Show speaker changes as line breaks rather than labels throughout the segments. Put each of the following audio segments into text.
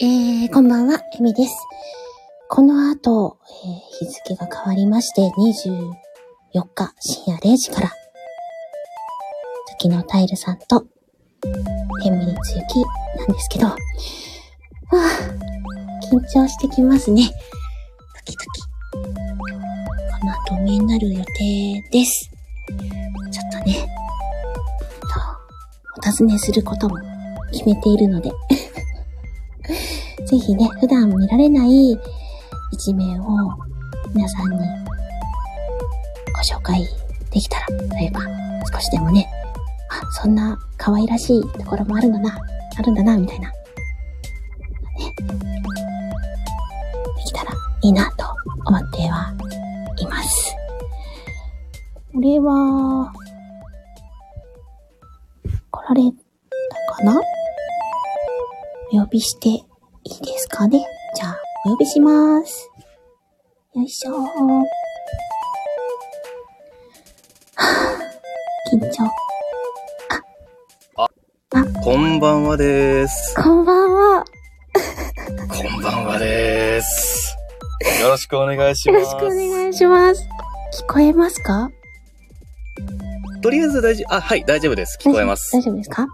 えー、こんばんは、エミです。この後、えー日付が変わりまして、24日深夜0時から、時のタイルさんと、エミリつゆきなんですけど、わあ、緊張してきますね。時々。この後お見えになる予定です。ちょっとね、とお尋ねすることも決めているので、ぜひね、普段見られない一面を皆さんにご紹介できたら、例えば少しでもね、あ、そんな可愛らしいところもあるんだな、あるんだな、みたいな。ね。できたらいいなと思ってはいます。これは、来られたかなお呼びしていいですかねじゃあ、お呼びします。よいしょー。 はぁ、緊張。
こんばんはです。
こんばんは。
こんばんはです。よろしくお願いし
よ
ます。
ろしくお願いします。聞こえますか
とりあえず大丈夫、あ、はい、大丈夫です。聞こえます
大。丈夫ですか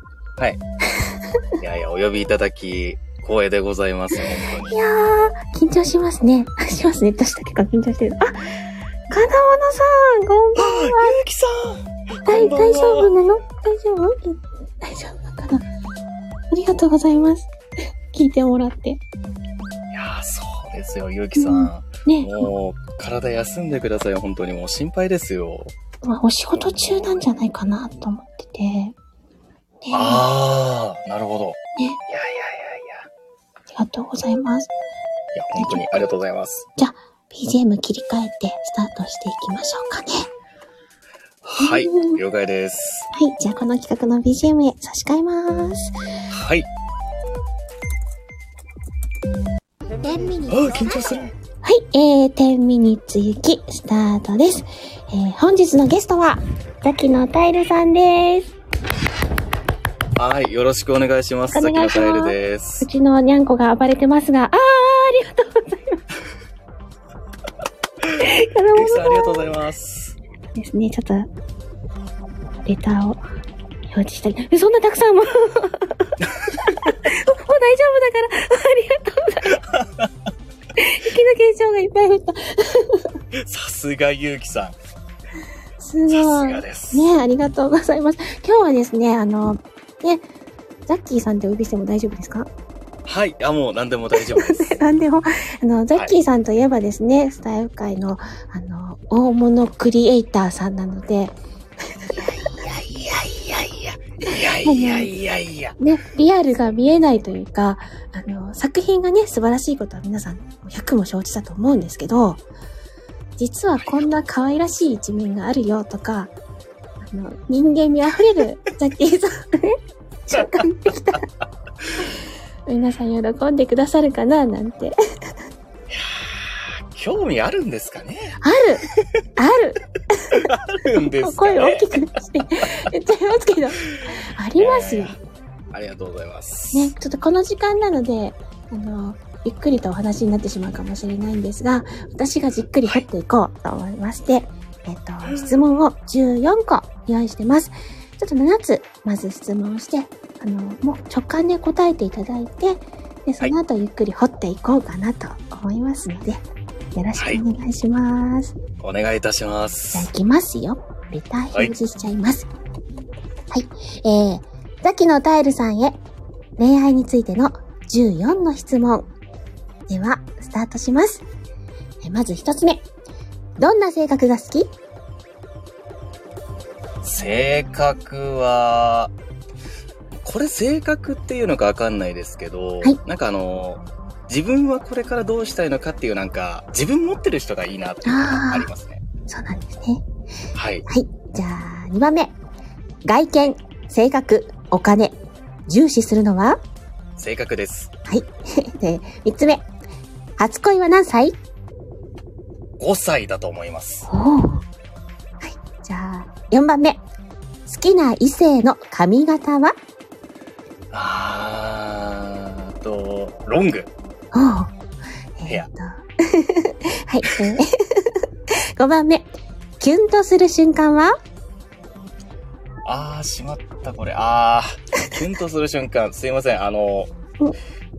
いやいや、お呼びいただき、光栄でございます。本
いやー、緊張しますね。 しますね。私だけが緊張してる。あ、金物さん、こんばんは。
当に。ゆうきさん
大
こんばんは
大丈夫なの大丈夫え大丈夫なのかなありがとうございます。 聞いてもらって。
いやーそうですよ、ゆうきさん。
ね、
もう、体休んでください、本当に。もう心配ですよ。
まあ、お仕事中なんじゃないかなと思ってて。ね、あ
あー、なるほど。い
ね
やいやいやいや。
りがとうございます。
いや、本当にありがとうございます。
BGM 切り替えてスタートしていきましょうかね。
はい
うん、
了解です。
はい、じゃあこの企画の BGM へ差し替えます。
はい。あー、緊張する。
はい、えー、10ミニッツゆき、スタートです。えー、本日のゲストは、ザキのタイルさんです。
はい、よろしくお願いします。
お
さっき
願い
の
します
タイルで
う
す。
ちのにゃんこが暴れてますが、あー、ありがとうございます。これ
ゆうきさん、ありが
も
とうございます。
ですね、ちょっと、レターを表示したり、えそんなたくさんも、もう 大丈夫だから、 ありがとうございます。雪の結晶がいっぱい降った。
さすがゆうきさん。
すごい。
さすがです。
ねありがとうございます。今日はですね、あの、ね、ザッキーさんってお呼びしても大丈夫ですか
はい、あ、もう何でも大丈夫です。
何でも。あの、ザッキーさんといえばですね、スタイフ界の、あの、大物クリエイターさんなので、
いやいやいやいや。いやいやいやいや。
ね、リアルが見えないというか、あの、作品がね、素晴らしいことは皆さん、100も承知だと思うんですけど、実はこんな可愛らしい一面があるよとか、あの、人間味あふれるザッキーさんを ね、召喚できたら、皆さん喜んでくださるかな、なんて。
興味あるんですかね
あるある
あるんですか
声を大
ね
きくして言っちゃいますけど、ありますよ。
ありがとうございます。
ね、ちょっとこの時間なので、あの、ゆっくりとお話になってしまうかもしれないんですが、私がじっくり掘っていこうと思いまして、えっと、質問を14個用意してます。ちょっと7つ、まず質問して、あの、もう直感で答えていただいて、で、その後ゆっくり掘っていこうかなと思いますので、よろしくお願いします。
お願いいたしま
じゃあ、い
す。
きますよ。レター表示しちゃいます。はい。えー、ザキのタイルさんへ、恋愛についての14の質問。では、スタートします。えーまず一つ目。どんな性格が好き
性格は、これ性格っていうのかわかんないですけど、
はい
なんかあの、自分はこれからどうしたいのかっていうなんか、自分持ってる人がいいなっていうのがありますね。
そうなんですね。
はい。
はい。じゃあ、二番目。外見、性格、お金。重視するのは
性格です。
はい。 で、三つ目。初恋は何歳
5歳だと思います。
おお。はい。じゃあ、4番目。好きな異性の髪型は
あーあと、ロング。
おう。
部
えー
屋
っと はい、 えー5番目。キュンとする瞬間は
ああ、しまった、これ。ああ、キュンとする瞬間。 すいません、あの
うん、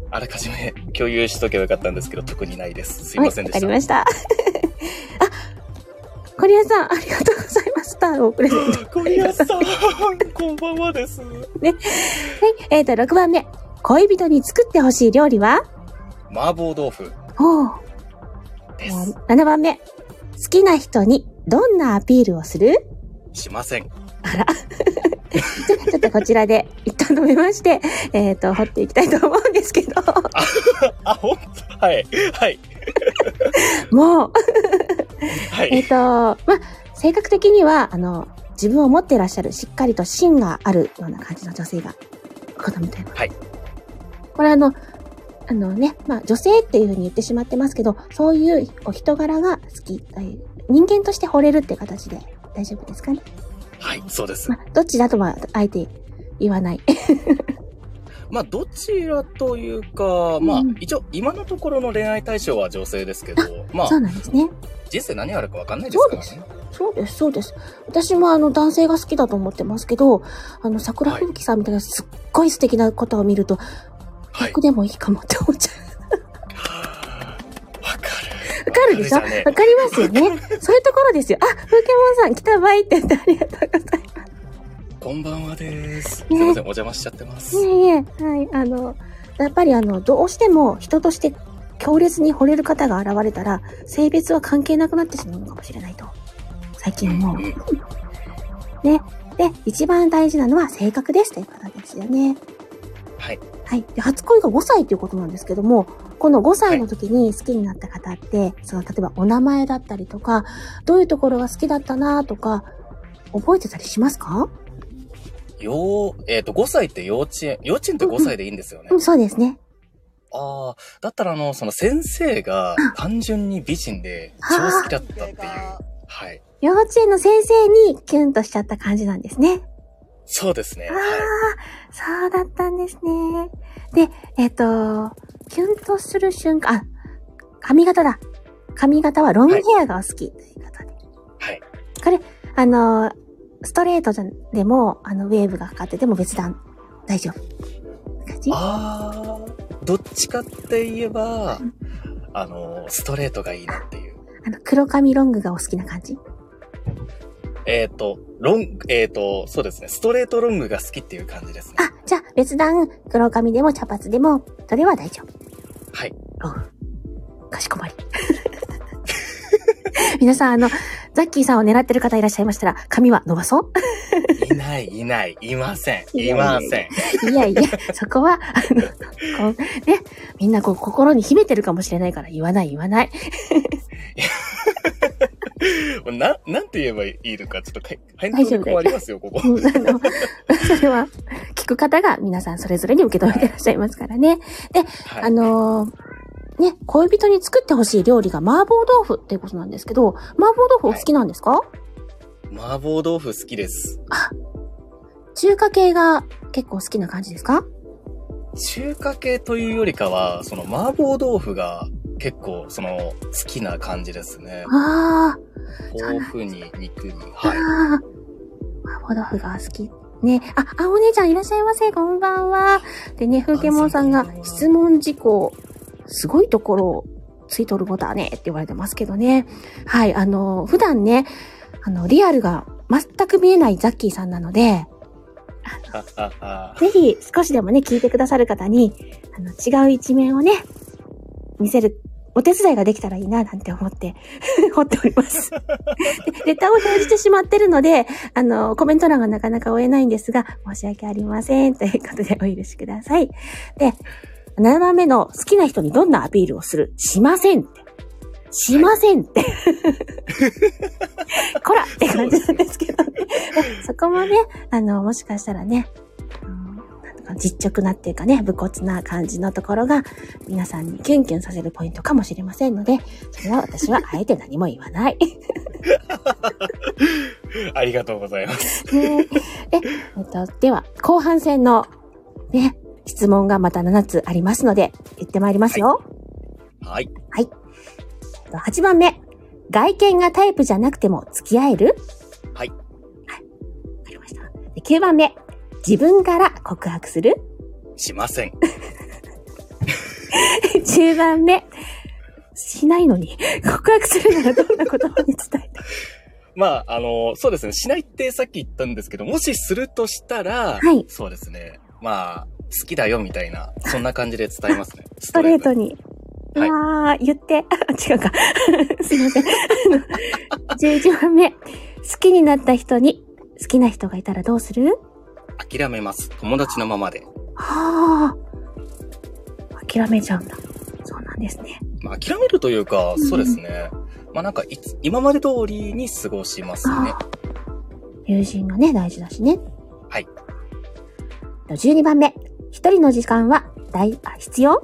あらかじめ共有しとけばよかったんですけど、特にないです。すいませんで
はいわか
した。
りました。あ、 コリアさん、ありがとうございました。おプレゼント。
小宮さん、こんばんはです。
はい、えーっと、6番目。恋人に作ってほしい料理は
麻婆豆腐
おう。
です。
7番目。好きな人にどんなアピールをする
しません。
じゃあちょっとこちらで一旦止めまして、 えっ、と、掘っていきたいと思うんですけど、
あ、ほんとはい。はい。
もう、
は
えっ、
い。
と、まあ、性格的には、あの、自分を持っていらっしゃる、しっかりと芯があるような感じの女性が、好みということで
はい。
これあの、あのね、まあ、女性っていうふうに言ってしまってますけど、そういうお人柄が好きという、人間として惚れるっていう形で大丈夫ですかね。
はい、そうです
ま。あ、どっちだとは、あえて言わない。
まあ、どちらというか、まあ
うん、
一応、今のところの恋愛対象は女性ですけど、まあ
そ、うなんですね。
人生何があるかわかんないですから
そ
ね。
そうです、そうです。私もあの男性が好きだと思ってますけど、あの桜
はい
吹雪さんみたいなすっごい素敵な方を見ると、
はい。
僕でもいいかもって思っちゃう。わかるでしょわ
わかる。わか
か
るじゃ
り
ね
ますよね。そういうところですよ。あ、風景モンさん来たばいって言ってありがとうございま
こんばんはです。すい
ね。
ません、お邪魔しちゃってますす。
いえいえ、はい、あの、やっぱりあの、どうしても人として強烈に惚れる方が現れたら、性別は関係なくなってしまうのかもしれないと。最近思う。
うん
ね。で、一番大事なのは性格ですということですよね。
はい。
はい。で、初恋が5歳ということなんですけども、この5歳の時に好きになった方って、その、例えばお名前だったりとか、どういうところが好きだったなとか、覚えてたりしますか
よう、えっ、と、5歳って幼稚園、幼稚園って5歳でいいんですよね。
うん、そうですね。
ああ、だったらあの、その先生が単純に美人で超好きだったっていう。はい。
幼稚園の先生にキュンとしちゃった感じなんですね。
そうですね。
あ
は
あ、そうだったんですね。で、えっ、と、キュンとする瞬間、あ、髪型だ。髪型はロングヘアがお好きということで。
はい
これ、あの、ストレートじゃでも、あの、ウェーブがかかってても別段大丈夫。感じ
い。ああ、どっちかって言えば、あの、ストレートがいいなっていう。
あの、黒髪ロングがお好きな感じ。
えっ、と、ロン、えっ、と、そうですね。ストレートロングが好きっていう感じですね。
あ、じゃあ別段、黒髪でも茶髪でも、どれは大丈夫。
はい。
かしこまり。 皆さん、あの、ザッキーさんを狙ってる方いらっしゃいましたら、髪は伸ばそう
いない、いない、いません、いません。
いやいや、そこは、あの、こう、ね、みんなこう心に秘めてるかもしれないから言わない言わない。
な、なんて言えばいいのか、ちょっとかい、返答に困りますよ、ここ。
うんあの、それは、聞く方が皆さんそれぞれに受け止めてらっしゃいますからね。
は
あ
い。
のーね、恋人に作ってほしい料理が麻婆豆腐っていうことなんですけど、麻婆豆腐お好きなんですか、
麻婆豆腐好きです。
中華系が結構好きな感じですか
中華系というよりかは、その麻婆豆腐が結構、その、好きな感じですね。
あー
豆腐に、肉に、
あー、
はい。
麻婆豆腐が好き。ね、あ、あ、お姉ちゃんいらっしゃいませ、こんばんは。でね、風景モンさんが質問事項、すごいところをついとることだねって言われてますけどね。はい、あの、普段ね、あの、リアルが全く見えないザッキーさんなので、
あ、あ、あ、
ぜひ少しでもね、聞いてくださる方に、あの、違う一面をね、見せる、お手伝いができたらいいな、なんて思って、 掘っております。でネタを表示してしまってるので、あの、コメント欄がなかなか追えないんですが、申し訳ありません。ということで、お許しください。で、7番目の好きな人にどんなアピールをするしませんって。しませんって。 こらって感じなんですけどね。そこもね、あの、もしかしたらね、うんなんとか実直なっていうかね、武骨な感じのところが、皆さんにキュンキュンさせるポイントかもしれませんので、それは私はあえて何も言わない。
ありがとうございます。
ねえ、えっと、では、後半戦の、ね、質問がまた7つありますので、言ってまいりますよ。
はい。
8番目。外見がタイプじゃなくても付き合える
はい。
はい。わかりました。で9番目。自分から告白する
しません。
?10 番目。しないのに、 告白するならどんな言葉に伝えたい
まあ、あの、そうですね。しないってさっき言ったんですけど、もしするとしたら、
はい
そうですね。まあ、好きだよみたいな、そんな感じで伝えますね。ス
ストレート
に。
に。
はいう
わー、言って。 あ違うか。すいません。 あの11番目。好きになった人に、好きな人がいたらどうする
諦めます。友達のままで。
はあ。諦めちゃうんだ。そうなんですね。
まあ、諦めるというか、
うん
そうですね。まあ、なんかいつ、今まで通りに過ごしますね
あ。友人がね、大事だしね。
はい。
12番目。一人の時間は大、あ、必要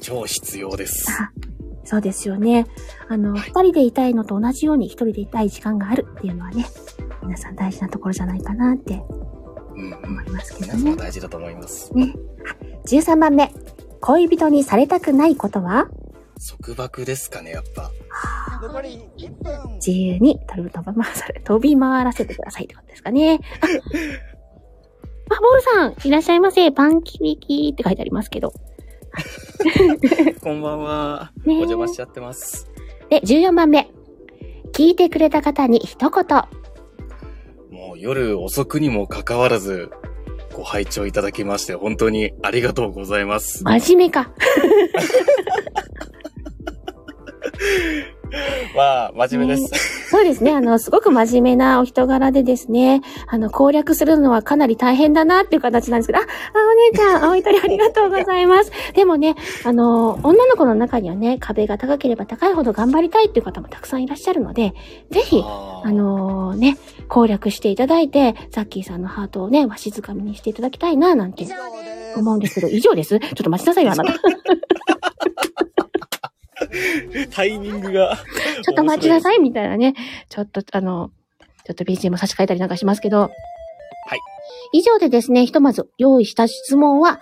超必要です。
あ そうですよね。あの、
はい
二人でいたいのと同じように一人でいたい時間があるっていうのはね、皆さん大事なところじゃないかなって
うんう
思
ん。
いますけど
皆
ね。
様大事だと思います。
13番目。恋人にされたくないことは
束縛ですかね、やっぱ。
残り1分
自由に飛び飛ば回され、飛び回らせてくださいってことですか ね。あ、あボールさん、いらっしゃいませ。パンキビキって書いてありますけど。
こんばんは。
ねえ
お邪魔しちゃってます。
で、14番目。聞いてくれた方に一言。
もう夜遅くにもかかわらず、ご拝聴いただきまして、本当にありがとうございます。
真面目か。
まあ、真面目です。
そうですね。あの、すごく真面目なお人柄でですね、あの、攻略するのはかなり大変だなっていう形なんですけど、あ、あお姉ちゃん、お一人ありがとうございます。でもね、あの、女の子の中にはね、壁が高ければ高いほど頑張りたいっていう方もたくさんいらっしゃるので、ぜひ、
あー
あのね、攻略していただいて、ザッキーさんのハートをね、わしづかみにしていただきたいな、なんて
以上です
思うんですけど、以上です。ちょっと待ちなさいよ、あなた。
タイミングが。
ちょっと待ちなさ
い。。
いみたいなね。ちょっと、あの、ちょっと BGM 差し替えたりなんかしますけど。はい以上でですね、ひとまず用意した質問は、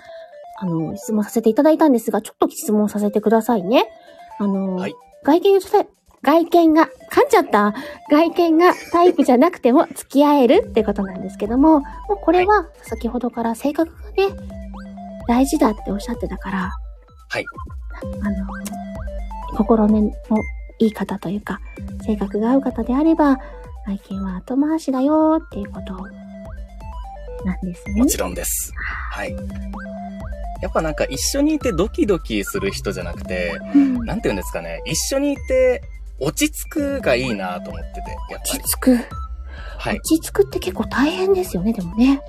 あの、質問させていただいたんですが、ちょっと質問させてくださいね。あの、
はい
外見がちょっと、外見が、噛んじゃった。外見がタイプじゃなくても付き合えるってことなんですけども、もうこれは先ほどから性格がね、大事だっておっしゃってたから、
はい。
あの、心根のいい方というか、性格が合う方であれば、外見は後回しだよっていうことなんですね
も。ちろんです。はい。やっぱなんか一緒にいてドキドキする人じゃなくて、
うん
なんて言うんですかね、一緒にいて落ち着くがいいなと思ってて、やっぱ
落ち
り。
着く。
はい。
落ち着くって結構大変ですよね、でもね。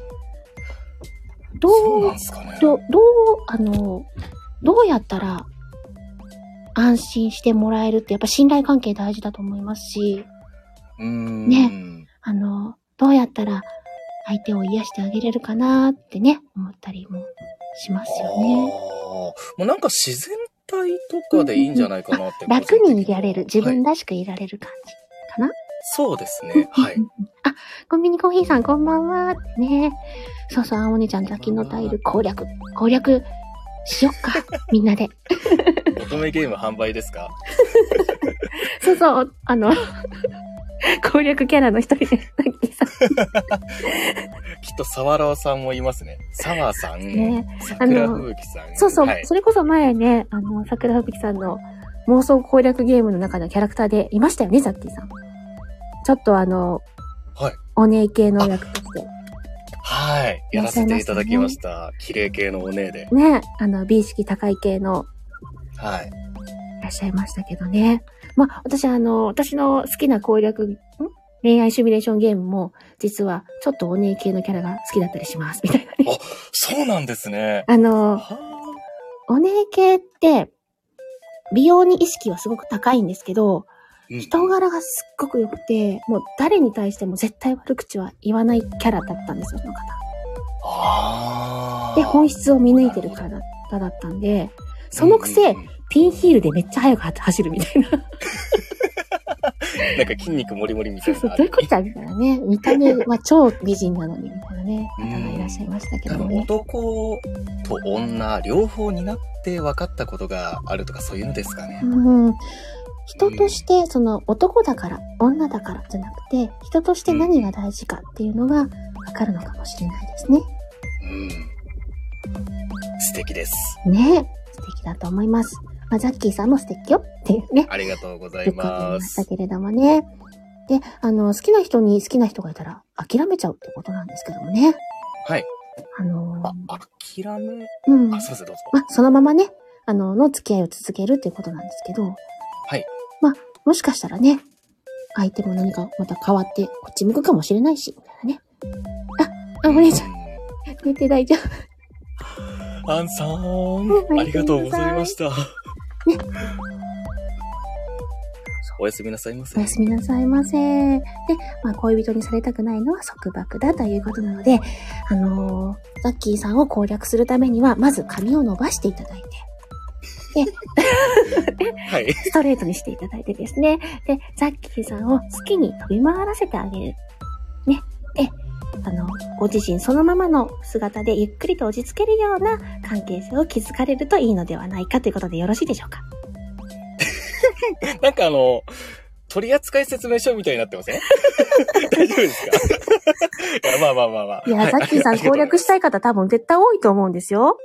ど
そうなん
う
で、すかね。
どどう、あの、どうやったら安心してもらえるって、やっぱ信頼関係大事だと思いますし、
うーん。
ねあの、どうやったら相手を癒してあげれるかなってね、思ったりもしますよね。
あーもうなんか自然体とかでいいんじゃないかなって。
楽にいられる、自分
はい
らしくいられる感じかな。
そうで すね。はい
うんう。んうんあ、コンビニコーヒーさんこんばんはってね。そうそう、あおねちゃん、ザキのタイル攻略、攻略しよっ か、みんなで。
乙女ゲーム販売ですか
そうそう、あの、攻略キャラの一人で、ザキさん。
きっとサワローさんもいますね。サワさん、
ね
桜吹雪さん。
そうそう、
はい
それこそ前ね、あの、桜吹雪さんの妄想攻略ゲームの中のキャラクターでいましたよね、ザッキーさん。ちょっとあの、
はい
お姉系の役として。
はい。やらせていただきました。綺麗系のお姉で。
ね、あの、美意識高い系の
はい。
いらっしゃいましたけどね。まあ、私あの、私の好きな攻略、ん恋愛シミュレーションゲームも、実はちょっとお姉系のキャラが好きだったりします、みたいなね。
そうなんですね。
あの、
は
お姉系って、美容に意識はすごく高いんですけど、
ー
人柄がすっごく良くて、もう誰に対しても絶対悪口は言わないキャラだったんですよ、その方。
あー
で、本質を見抜いてる方だ方だったんで、そのくせ、
うんうんうん
ピンヒールでめっちゃ速く走るみたい な。
なんか筋肉もりもりみた
そ
いうな。
そう、どういうことだみたいなね。見た目は超美人なのにみたいなね、
うん
方がいらっしゃいましたけ
多
ど
分
ね。
男と女両方になって分かったことがあるとかそういうのですかね。
うん、人として、その男だから、女だからじゃなくて、人として何が大事かっていうのがわかるのかもしれないですね。
うん。素敵です。
ねえ、素敵だと思います。まあ、ザッキーさんも素敵よっていうね。
ありがとうござ
よ
い
くわかり
ま
ました
す。
けれどもね。で、あの、好きな人に好きな人がいたら諦めちゃうってことなんですけどもね。
はい。
あのー
あ、諦め、
うん。ま
あ、そうです、どうぞ。
あ、そのままね、あの、の付き合いを続けるっていうことなんですけど。
はい。
まあ、もしかしたらね、相手も何かまた変わって、こっち向くかもしれないし、みたいなね。あ、あ、お姉ちゃん、
う
寝て大丈夫。
ん。アンさ
は
ん、
い
ありがとうござい ました。おやすみなさいませ。
おやすみなさいませ。で、まあ、恋人にされたくないのは束縛だということなので、あのー、ザッキーさんを攻略するためには、まず髪を伸ばしていただいて、
はい。
ストレートにしていただいてですね。で、ザッキーさんを好きに飛び回らせてあげる。ね。で、あの、ご自身そのままの姿でゆっくりと落ち着けるような関係性を築かれるといいのではないかということでよろしいでしょうか。
なんかあの、取扱説明書みたいになってません 大丈夫ですか いやまあまあまあまあ。
いや、ザッキーさん攻略
し
したい方多分絶対多いと思うんですよ。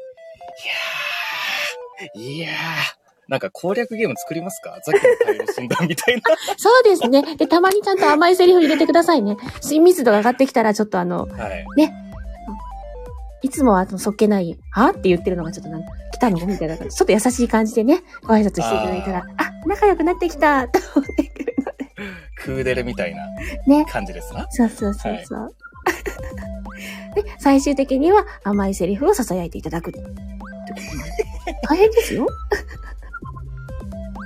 いやー。いやー。なんか攻略ゲーム作りますかザッキーの対応診断みたいな。
そうですね。で、たまにちゃんと甘いセリフ入れてくださいね。親密度が上がってきたらちょっとあの、
はい。
いつもはそのそっけない、はって言ってるのがちょっとなんか、来たのみたいな感じ。ちょっと優しい感じでね、ご挨拶していただいたら、あ仲良くなってきたと思ってくるので。
クーデルみたいな
ね。
感じですな。
そうそうそうそう。で、最終的には甘いセリフを囁いていただく。大変ですよ。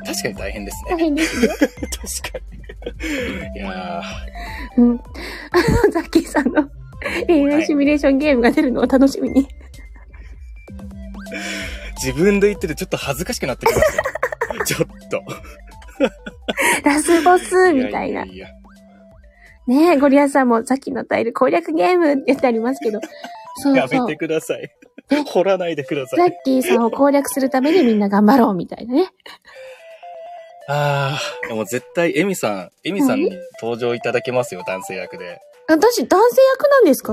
確かに大変です
大
ね。
変ですよ。
確かに。いや
うん。あの、ザッキーさんの AI シミュレーションゲームが出るのを楽しみに。
ー、自分で言っててちょっと恥ずかしくなってきました。 ちょっと。
ラスボスみたい
や
な。
やや。
ねえ、ゴリアスさんもさっきのタイル攻略ゲームってやってありますけど。そう
や
そ
め
う
て。ください
え。
掘らないでくださ
ザッ
い。
キーさんを攻略するためにみんな頑張ろうみたいなね。
ああ、でも絶対エミさん、エミさんに登場いただけますよ、男性役で。
私、男性役なんですか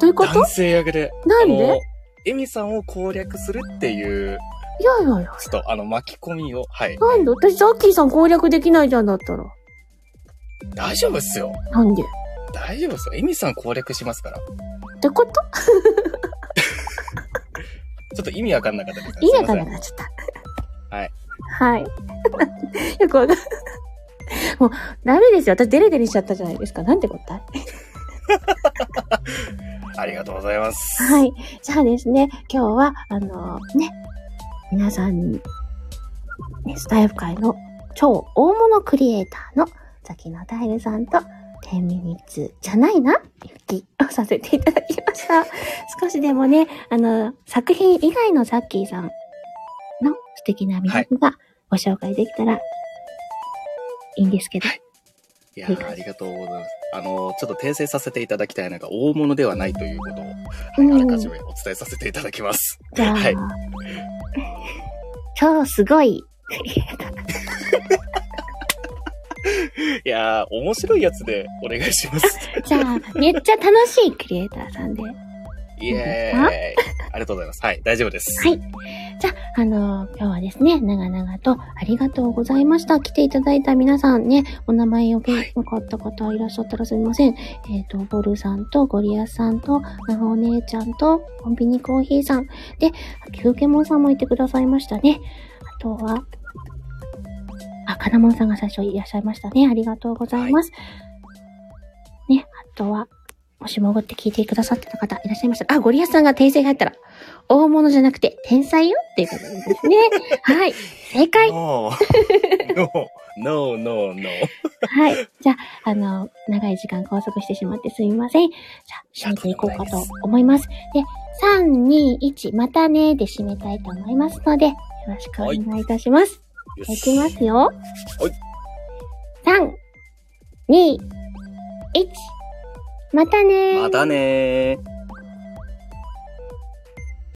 どういうこと
男性役で。
なん
あ
で
のエミさんを攻略するっていう、
いやいやいや。
ちょっとあの巻き込みを、はい。
なんで私、ザッキーさん攻略できないじゃんだったら。
大丈夫っすよ。
なんでっ
大丈夫っすよ。エミさん攻略しますから。ち
てこと
ょっと意味わかんなかったですね。
意味わかん
す
ないくなっちゃった。
はい。
はい。 よくわかんもう、ダメですよ。私、デレデレしちゃったじゃないですか。なんてこった
ません。ありがとうございます。
はい。じゃあですね、今日は、あのね、皆さんに、ね、スタイフ界の超大物クリエイターのザキノタイルさんと、10ミニッツじゃないな、雪をさせていただきました。 少しでもね、あの、作品以外のザッキーさんの素敵な魅力がご紹介できたら、いいんですけど、
はいいやーありがとうございます。あのーちょっと訂正させていただきたいのが、大物ではないということを、はい
うん
あらかじめお伝えさせていただきます。
じゃあ、
はい。
超すごいクリエイター
いやー面白いやつでお願いし ます。
じゃあ、めっちゃ楽しいクリエイターさんで。は
イエーイ。
あ
ありがとうございます。はい、大丈夫です。
い。じゃあ、あの今日はですね、長々とありがとうございました。来ていただいた皆さんね、お名前をけ、
はい
分かった方いらっしゃったらすみません。えっ、と、ボルさんとゴリアスさんと、マホお姉ちゃんと、コンビニコーヒーさん。で、キューケモンさんもいてくださいましたね。あとは、あ、カナモンさんが最初いらっしゃいましたね。ありがとうございます。ね、あとは、もし潜って聞いてくださってた方いらっしゃいましたら。あ、ゴリアスさんが訂正が入ったら、大物じゃなくて天才よっていうことですね。はい。正 解。
No, no, no, no.
はい。じゃあ、あの、長い時間拘束してしまってすみません。じゃあ、締めていこうかと思います。で、3、2、1、またねーで締めたいと思いますので、よろしくお願いいたします。
よ
い
し
きますよ。
はい。
3、2、1、またねー。
またねー。